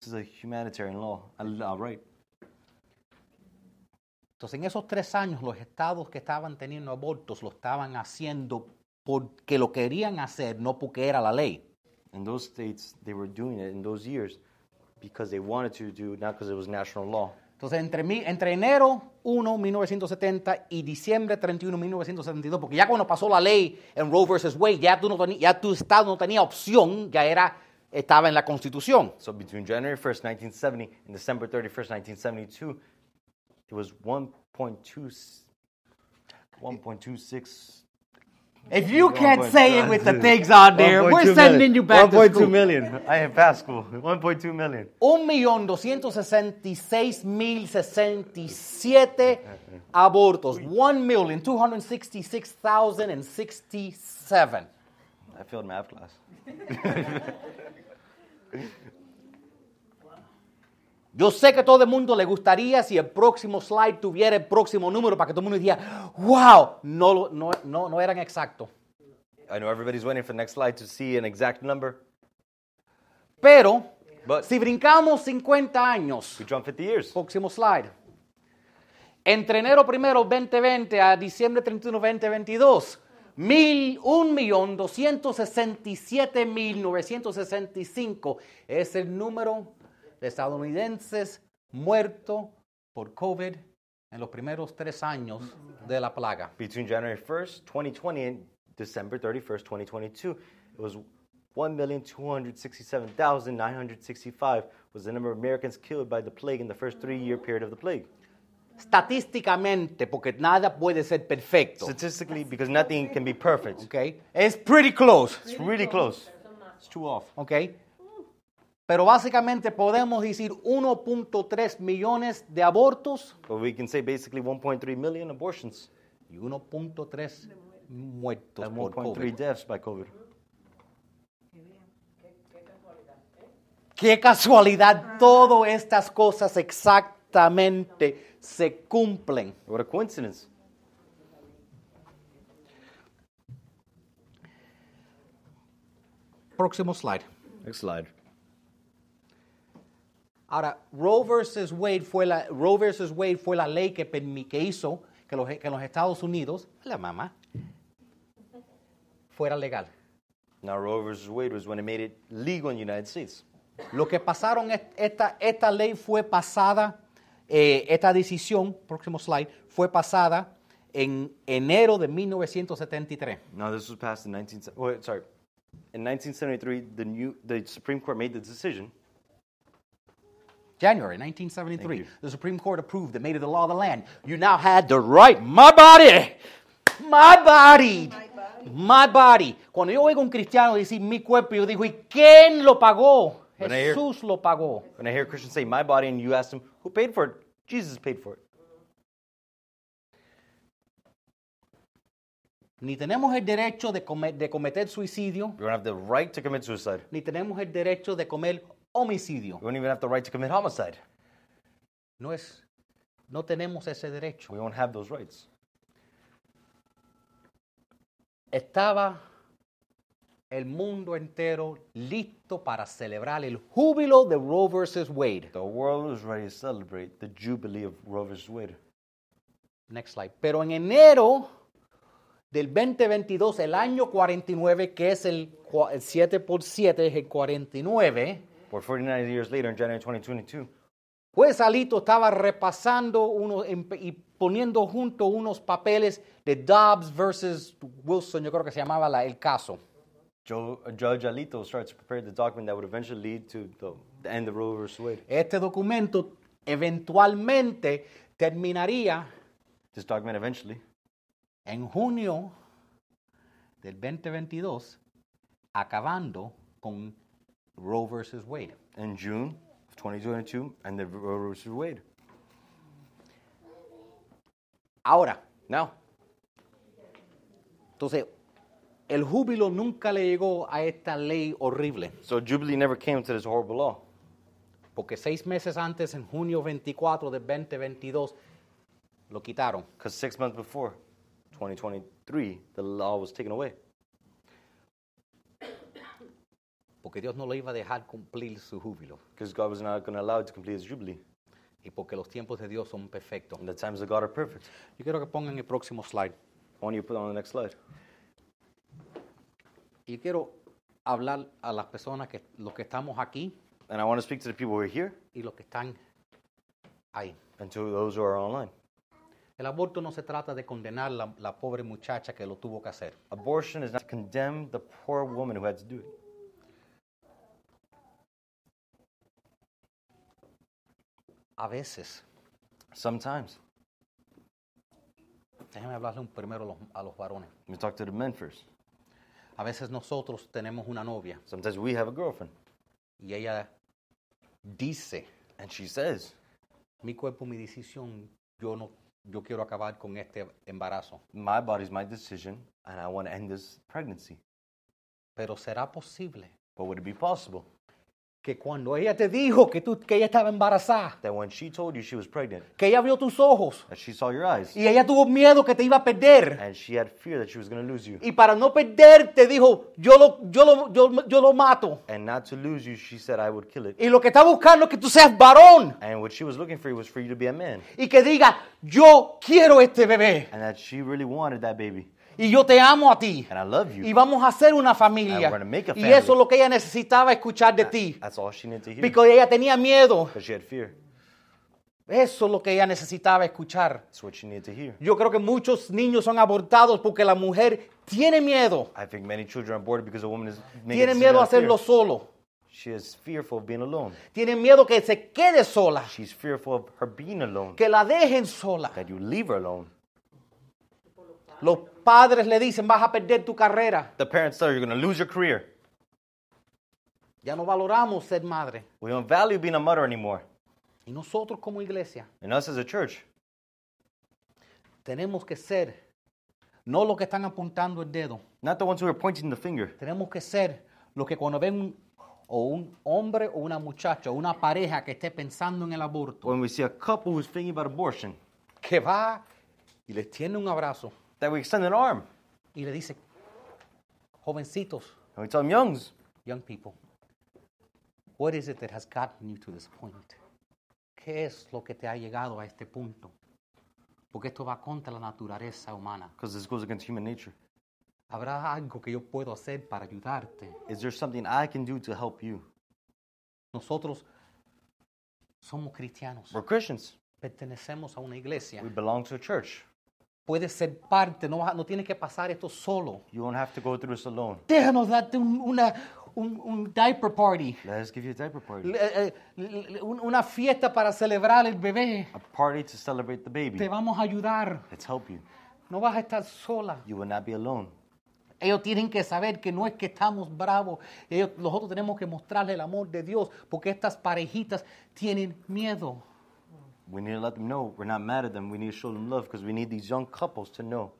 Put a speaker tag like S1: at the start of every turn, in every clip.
S1: This is a humanitarian law, a law right.
S2: Entonces, en esos tres años, los estados que estaban teniendo abortos lo estaban haciendo porque lo querían hacer, no porque era la ley.
S1: In those states, they were doing it in those years because they wanted to do, not because it was national law.
S2: Entonces, entre, mi- entre enero 1, 1970 y diciembre 31, 1972, porque ya cuando pasó la ley en Roe versus Wade, ya, tú no teni- ya tu estado no tenía opción, ya era, estaba en la constitución.
S1: So between January 1st, 1970 and December 31st, 1972, it was 1.2, 1.26.
S2: If you
S1: can't say it with the pigs
S2: on
S1: 1.2 million. 1.2 million. I have past school. 1.2 million.
S2: 1.266.067 abortos. 1,266,067.
S1: I failed math class.
S2: Yo sé que todo el mundo le gustaría si el próximo slide tuviera el próximo número para que todo el mundo dijera, wow, no, lo- no, no, no eran exactos.
S1: I know everybody's waiting for the next slide to see an exact number.
S2: Pero
S1: But-
S2: si brincamos 50 años,
S1: We jumped 50 years.
S2: Próximo slide. Entre enero primero 2020 a diciembre 31 2022, mil, 1.267.965 es el número de estadounidenses muertos por COVID en los primeros tres años de la plaga.
S1: Between January 1st, 2020 and December 31st, 2022, it was 1,267,965 was the number of Americans killed by the plague in the first three-year period of the plague.
S2: Estadísticamente, porque nada puede ser perfecto.
S1: Statistically, because nothing can be perfect.
S2: Okay? Es pretty close.
S1: It's really close. It's too off.
S2: ¿ok? Pero básicamente podemos decir 1.3 millones de abortos
S1: But we can say basically 1.3 million abortions
S2: y 1.3 muertos
S1: and
S2: por COVID.
S1: 1.3 deaths by COVID.
S2: Qué casualidad, todas estas cosas exactamente se cumplen.
S1: What a coincidence.
S2: Próximo slide.
S1: Next slide.
S2: Ahora, Roe versus Wade fue la, Roe versus Wade fue la ley que, permi- que hizo que los, que los Estados Unidos, la mamá, fuera legal.
S1: Now, Roe versus Wade was when it made it legal in the United States.
S2: Lo que pasaron, es- esta, esta ley fue pasada, eh, esta decisión, próximo slide, fue pasada en enero de 1973.
S1: Now, this was passed in 19. se- Wait, sorry, in 1973, the new the Supreme Court made the decision.
S2: January 1973,
S1: Thank you.
S2: the Supreme Court approved it, made it the law of the land. You now had the right, my body, my body, my body. Cuando yo oigo a un cristiano decir mi cuerpo, yo digo, ¿y quién lo pagó?
S1: When I hear-
S2: Jesús lo pagó.
S1: When I hear Christians say "my body," and you ask them who paid for it, Jesus paid for it.
S2: Ni tenemos el derecho de, come- de cometer suicidio,
S1: We don't have the right to commit suicide.
S2: ni tenemos el derecho de comer homicidio.
S1: We don't even have the right to commit homicide.
S2: No es, no tenemos ese derecho.
S1: We don't have those rights.
S2: Estaba el mundo entero listo para celebrar el júbilo de Roe versus Wade.
S1: The world was ready to celebrate the jubilee of Roe versus Wade.
S2: Next slide. Pero en enero del 2022, el año 49, que es el 7 por 7, es el 49,
S1: Or 49 years later, in January 2022,
S2: pues Alito estaba repasando uno, en- y poniendo junto unos papeles de Dobbs versus Wilson, yo creo que se llamaba la- el caso.
S1: Joe, uh, Judge Alito starts to prepare the document that would eventually lead to the, the end of Roe versus Wade.
S2: Este documento eventualmente terminaría
S1: This document eventually,
S2: en junio del 2022, acabando con Roe versus Wade.
S1: in June of 2022, and the Roe versus Wade.
S2: Ahora,
S1: Now,
S2: entonces, el júbilo nunca le llegó a esta ley horrible,
S1: So Jubilee never came to this horrible law.
S2: porque seis meses antes, en junio 24 del 2022, lo quitaron.
S1: Because six months before, 2023, the law was taken away.
S2: porque Dios no lo iba a dejar cumplir su júbilo
S1: because God was not going to allow it to complete His jubilee.
S2: y porque los tiempos de Dios son perfectos.
S1: And the times of God are perfect.
S2: Yo quiero que pongan el próximo slide.
S1: I want you to put on the next slide.
S2: Y quiero hablar a las personas que los que estamos aquí
S1: And I want to speak to the people who are here
S2: y los que están ahí.
S1: and to those who are online.
S2: El aborto no se trata de condenar la, la pobre muchacha que lo tuvo que hacer.
S1: Abortion is not to condemn the poor woman who had to do it.
S2: A veces,
S1: Sometimes.
S2: déjenme hablarle un primero a los, a los varones.
S1: Let me talk to the men first.
S2: A veces nosotros tenemos una novia
S1: Sometimes we have a girlfriend
S2: y ella dice,
S1: and she says,
S2: mi cuerpo, mi decisión, yo no, yo quiero acabar con este embarazo.
S1: My body's my decision and I want to end this pregnancy.
S2: Pero será posible
S1: But would it be possible
S2: que cuando ella te dijo que tú, que ella estaba embarazada,
S1: that when she told you she was pregnant,
S2: que ella abrió tus ojos
S1: that she saw your eyes
S2: y ella tuvo miedo que te iba a perder
S1: and she had fear that she was going to lose you?
S2: y para no perderte dijo, yo lo, yo lo, yo, yo lo mato.
S1: And not to lose you, she said, I would kill it.
S2: Y lo que está buscando es que tú seas varón
S1: And what she was looking for was for you to be a man
S2: y que diga, yo quiero este bebé
S1: and that she really wanted that baby.
S2: y yo te amo a ti.
S1: And I love
S2: Y
S1: you.
S2: vamos a hacer una
S1: And
S2: familia.
S1: we're gonna make a
S2: Y
S1: family.
S2: eso es lo que ella necesitaba escuchar de ti.
S1: That's all she needed to hear
S2: Porque ella tenía miedo.
S1: because she had fear.
S2: Eso es lo que ella necesitaba escuchar.
S1: That's what she needed to hear.
S2: Yo creo que muchos niños son abortados porque la mujer tiene miedo.
S1: I think many children are aborted because a woman is making
S2: Tiene
S1: a decision
S2: miedo a
S1: out of fear.
S2: hacerlo solo.
S1: She is fearful of being alone.
S2: Tiene miedo que se quede sola.
S1: She's fearful of her being alone.
S2: Que la dejen sola.
S1: That you leave her alone.
S2: Los padres le dicen, vas a perder tu carrera.
S1: The parents tell her you're going to lose your career.
S2: Ya no valoramos ser madre.
S1: We don't value being a mother anymore.
S2: Y nosotros como iglesia
S1: And us as a church,
S2: tenemos que ser, no los que están apuntando el dedo,
S1: not the ones who are pointing the finger.
S2: tenemos que ser los que cuando ven un, o un hombre o una muchacha o una pareja que esté pensando en el aborto,
S1: When we see a couple who's thinking about abortion,
S2: que va y les tiende un abrazo
S1: that we extend an arm
S2: y le dice, jovencitos,
S1: and we tell them, Youngs,
S2: young people, what is it that has gotten you to this point? ¿Qué es lo que te ha llegado a este punto? Porque esto va contra la naturaleza humana.
S1: because this goes against human nature.
S2: ¿Habrá algo que yo puedo hacer para ayudarte?
S1: Is there something I can do to help you?
S2: Nosotros somos cristianos,
S1: We're Christians.
S2: pertenecemos a una iglesia.
S1: We belong to a church.
S2: Puedes ser parte, no, vas- no tienes que pasar esto solo.
S1: You don't have to go through this alone.
S2: Déjanos darte un, una, un, un diaper party,
S1: Let us give you a diaper party.
S2: le- eh, le- le- un- una fiesta para celebrar el bebé.
S1: A party to celebrate the
S2: Te
S1: baby.
S2: vamos a ayudar,
S1: Let's help you.
S2: no vas a estar sola.
S1: You will not be alone.
S2: Ellos tienen que saber que no es que estamos bravos, Ellos- nosotros tenemos que mostrarle el amor de Dios, porque estas parejitas tienen miedo.
S1: We need to let them know we're not mad at them. We need to show them love because we need these young couples to know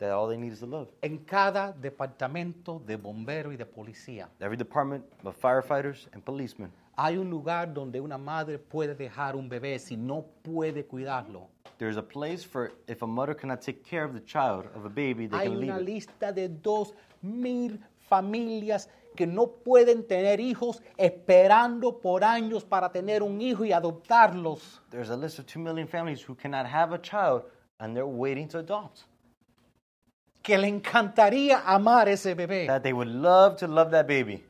S1: that all they need is the love.
S2: En cada departamento de bomberos y de policía
S1: Every department of firefighters and policemen,
S2: hay un lugar donde una madre puede dejar un bebé si no puede cuidarlo.
S1: there's a place for if a mother cannot take care of the child, of a baby, they
S2: Hay
S1: can leave
S2: una
S1: it.
S2: lista de dos mil familias que no pueden tener hijos esperando por años para tener un hijo y adoptarlos.
S1: There's a list of 2 million families who cannot have a child and they're waiting to adopt.
S2: Que le encantaría amar ese bebé.
S1: That they would love to love that baby.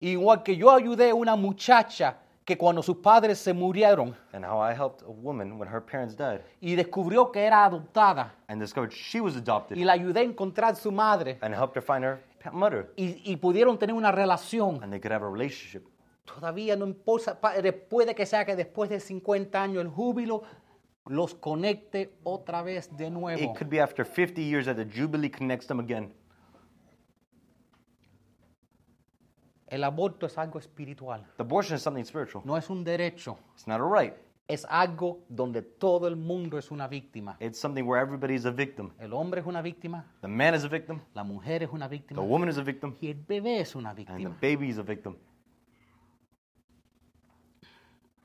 S2: Igual que yo ayudé a una muchacha que cuando sus padres se murieron
S1: And how I helped a woman when her parents died
S2: y descubrió que era adoptada
S1: and discovered she was adopted
S2: y la ayudé a encontrar su madre.
S1: and helped her find her pa- mother
S2: y, y pudieron tener una relación.
S1: and they could have a relationship.
S2: Todavía no importa, pa- de- puede que sea que después de 50 años el júbilo los conecte otra vez de nuevo.
S1: It could be after 50 years that the Jubilee connects them again.
S2: El aborto es algo espiritual,
S1: The abortion is something spiritual.
S2: no es un derecho,
S1: It's not a right.
S2: es algo donde todo el mundo es una víctima.
S1: It's something where everybody's a victim.
S2: El hombre es una víctima,
S1: The man is a victim,
S2: la mujer es una víctima
S1: the woman is a victim,
S2: y el bebé es una
S1: and the
S2: víctima.
S1: baby is a victim.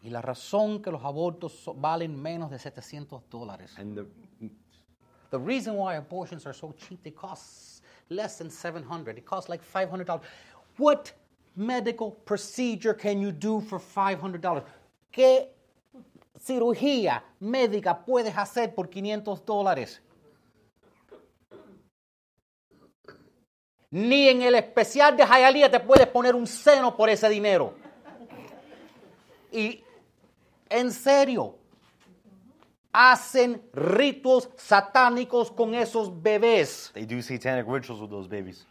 S2: Y la razón que los abortos so- valen menos de 700 dólares.
S1: And the,
S2: The reason why abortions are so cheap, they cost less than 700. It costs like $500. What medical procedure can you do for $500? ¿Qué cirugía médica puedes hacer por 500 dólares? Ni en el especial de Hialeah te puedes poner un seno por ese dinero. Y en serio, hacen ritos satánicos con esos bebés.
S1: They do satanic rituals with those babies.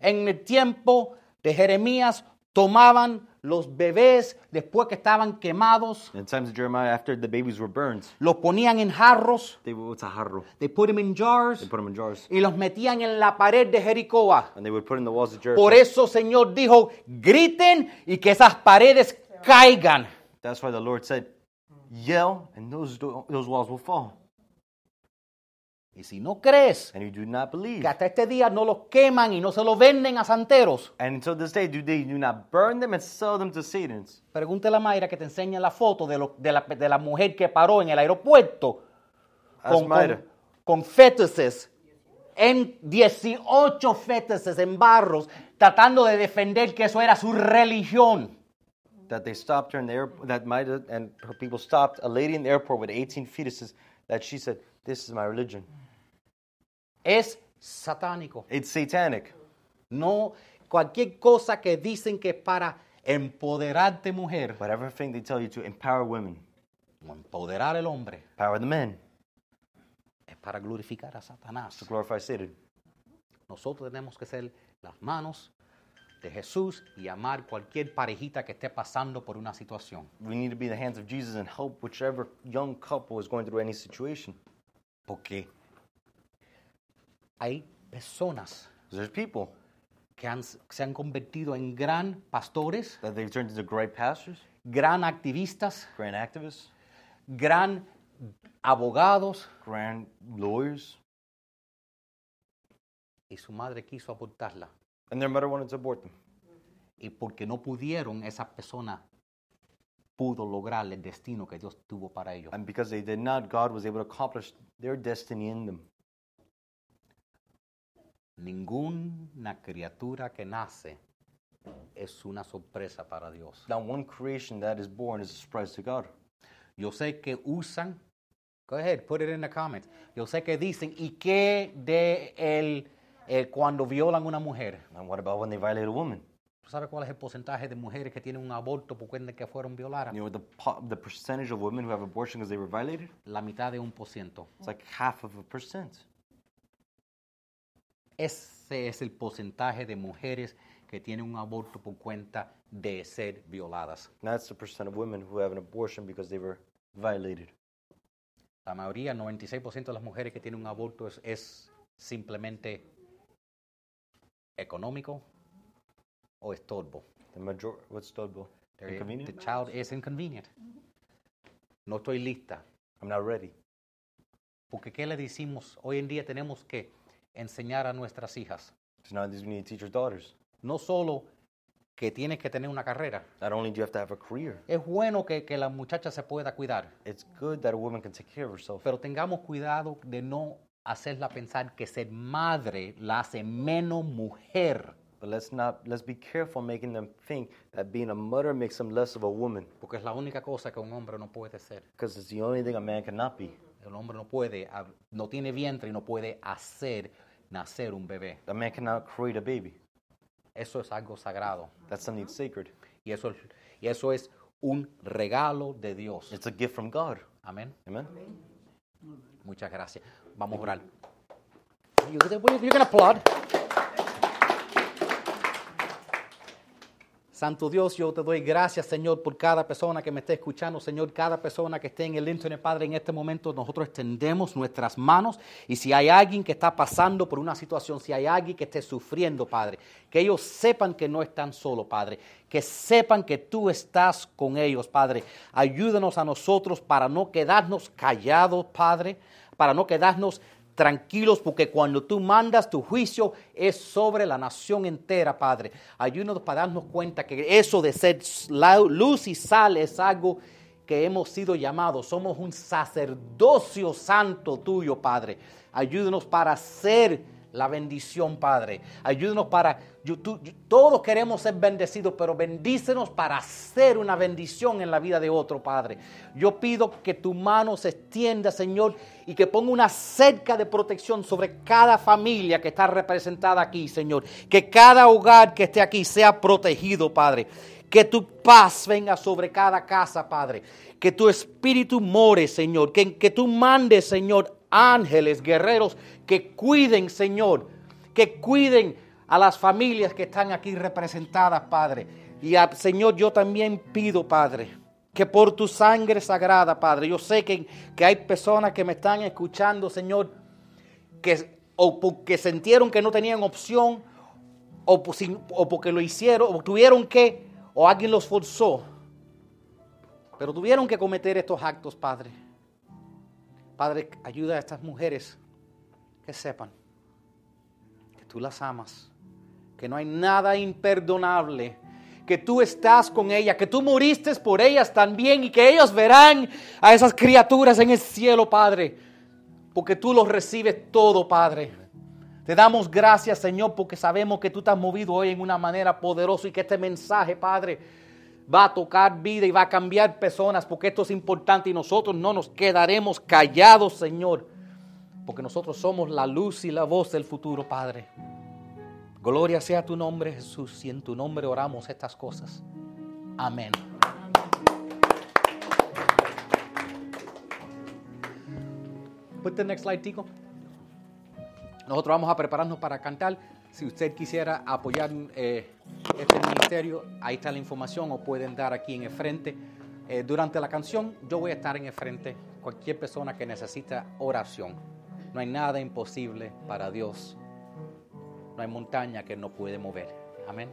S2: En el tiempo de Jeremías tomaban los bebés después que estaban quemados,
S1: In times of Jeremiah, after the babies were burned,
S2: los ponían en jarros,
S1: they would it's a harro.
S2: they put them in jars
S1: They put them in jars
S2: y los metían en la pared de Jericoa.
S1: and they would put in the walls of Jericho.
S2: Por e- eso Señor dijo, griten y que esas paredes caigan.
S1: That's why the Lord said, "Yell, and those do- those walls will fall."
S2: Y si no crees
S1: And you do not believe.
S2: que hasta este día no los queman y no se los venden a santeros,
S1: And until this day, do they do not burn them and sell them to Satan's?
S2: pregúntale a Mayra que te enseñe la foto de, lo- de la, de la mujer que paró en el aeropuerto
S1: Ask
S2: con,
S1: Mayra.
S2: con, con fetuses, en 18 fetuses en barros, tratando de defender que eso era su religión.
S1: That they stopped her in the airport. That Maida and her people stopped a lady in the airport with 18 fetuses. That she said, "This is my religion."
S2: Es satánico.
S1: It's satanic.
S2: No, cualquier cosa que dicen que es para empoderarte mujer
S1: But everything they tell you to empower women,
S2: o empoderar al hombre
S1: empower the men,
S2: es para glorificar a Satanás.
S1: to glorify Satan.
S2: Nosotros tenemos que ser las manos de Jesús y amar cualquier parejita que esté pasando por una situación.
S1: We need to be the hands of Jesus and help whichever young couple is going through any situation.
S2: Porque hay personas
S1: 'Cause there's people
S2: que han- se han convertido en gran pastores,
S1: that they've turned into great pastors,
S2: gran activistas,
S1: grand activists,
S2: gran abogados,
S1: grand lawyers,
S2: y su madre quiso abortarla.
S1: and their mother wanted to abort them.
S2: Y porque no pudieron, esa persona pudo lograr el destino que Dios tuvo para ellos.
S1: And because they did not, God was able to accomplish their destiny in them.
S2: Ninguna criatura que nace es una sorpresa para Dios.
S1: Now, one creation that is born is a surprise to God.
S2: Yo sé que usan, go ahead, put it in the comments. Yo sé que dicen, ¿y qué de el, eh, cuando violan una mujer?
S1: And what about when they violate a woman?
S2: ¿Tú sabes cuál es el porcentaje de mujeres que tienen un aborto por cuenta de que fueron violadas?
S1: You know, the, po- the percentage of women who have abortion because they were violated?
S2: La mitad de un por ciento.
S1: It's like half of a percent.
S2: Ese es el porcentaje de mujeres que tienen un aborto por cuenta de ser violadas.
S1: That's the percent of women who have an abortion because they were violated.
S2: La mayoría, 96% de las mujeres que tienen un aborto es, es simplemente económico o estorbo.
S1: The major- what's the bill?
S2: They're- The
S1: Inconvenient?
S2: child is inconvenient. No estoy lista.
S1: I'm not ready.
S2: Porque ¿qué le decimos? Hoy en día tenemos que enseñar a nuestras hijas.
S1: So nowadays we need to teach our daughters.
S2: No solo que tienes que tener una carrera.
S1: Not only do you have to have a career,
S2: Es bueno que, que la muchacha se pueda cuidar.
S1: it's good that a woman can take care of herself.
S2: Pero tengamos cuidado de no hacerla pensar que ser madre la hace menos mujer.
S1: But let's not let's be careful making them think that being a mother makes them less of a woman.
S2: Porque es la única cosa que un hombre no puede ser.
S1: Because it's the only thing a man cannot be.
S2: El hombre no puede, hab- no tiene vientre y no puede hacer nacer un bebé.
S1: A man cannot create a baby.
S2: Eso es algo sagrado.
S1: That's something sacred.
S2: Y eso, es- y eso es un regalo de Dios.
S1: It's a gift from God.
S2: Amén.
S1: Amen.
S2: Muchas gracias. Vamos a orar. You- you can applaud. Santo Dios, yo te doy gracias, Señor, por cada persona que me esté escuchando, Señor, cada persona que esté en el internet, Padre, en este momento nosotros extendemos nuestras manos y si hay alguien que está pasando por una situación, si hay alguien que esté sufriendo, Padre, que ellos sepan que no están solos, Padre, que sepan que tú estás con ellos, Padre. Ayúdanos a nosotros para no quedarnos callados, Padre, para no quedarnos tranquilos porque cuando tú mandas tu juicio es sobre la nación entera, Padre. Ayúdanos para darnos cuenta que eso de ser la- luz y sal es algo que hemos sido llamados. Somos un sacerdocio santo tuyo, Padre. Ayúdanos para ser la bendición, Padre. Ayúdanos para, yo- tú- yo- todos queremos ser bendecidos, pero bendícenos para hacer una bendición en la vida de otro, Padre. Yo pido que tu mano se extienda, Señor, y que ponga una cerca de protección sobre cada familia que está representada aquí, Señor. Que cada hogar que esté aquí sea protegido, Padre. Que tu paz venga sobre cada casa, Padre. Que tu espíritu more, Señor. Que, que tú mandes, Señor, ángeles, guerreros, que cuiden, Señor. Que cuiden a las familias que están aquí representadas, Padre. Y, a- Señor, yo también pido, Padre, que por tu sangre sagrada, Padre, yo sé que, que hay personas que me están escuchando, Señor, que o porque sintieron que no tenían opción, o, por- sin- o porque lo hicieron, o tuvieron que, o alguien los forzó. Pero tuvieron que cometer estos actos, Padre. Padre, ayuda a estas mujeres que sepan que tú las amas, que no hay nada imperdonable, que tú estás con ellas, que tú moriste por ellas también y que ellos verán a esas criaturas en el cielo, Padre, porque tú los recibes todo, Padre. Te damos gracias, Señor, porque sabemos que tú te has movido hoy en una manera poderosa y que este mensaje, Padre, va a tocar vida y va a cambiar personas, porque esto es importante y nosotros no nos quedaremos callados, Señor, porque nosotros somos la luz y la voz del futuro, Padre. Gloria sea tu nombre, Jesús, y en tu nombre oramos estas cosas. Amén. Put the next slide, Tico. Nosotros vamos a prepararnos para cantar. Si usted quisiera apoyar eh, este ministerio, ahí está la información o pueden dar aquí en el frente. Eh, durante la canción yo voy a estar en el frente. Cualquier persona que necesita oración. No hay nada imposible para Dios. No hay montaña que no puede mover. Amén.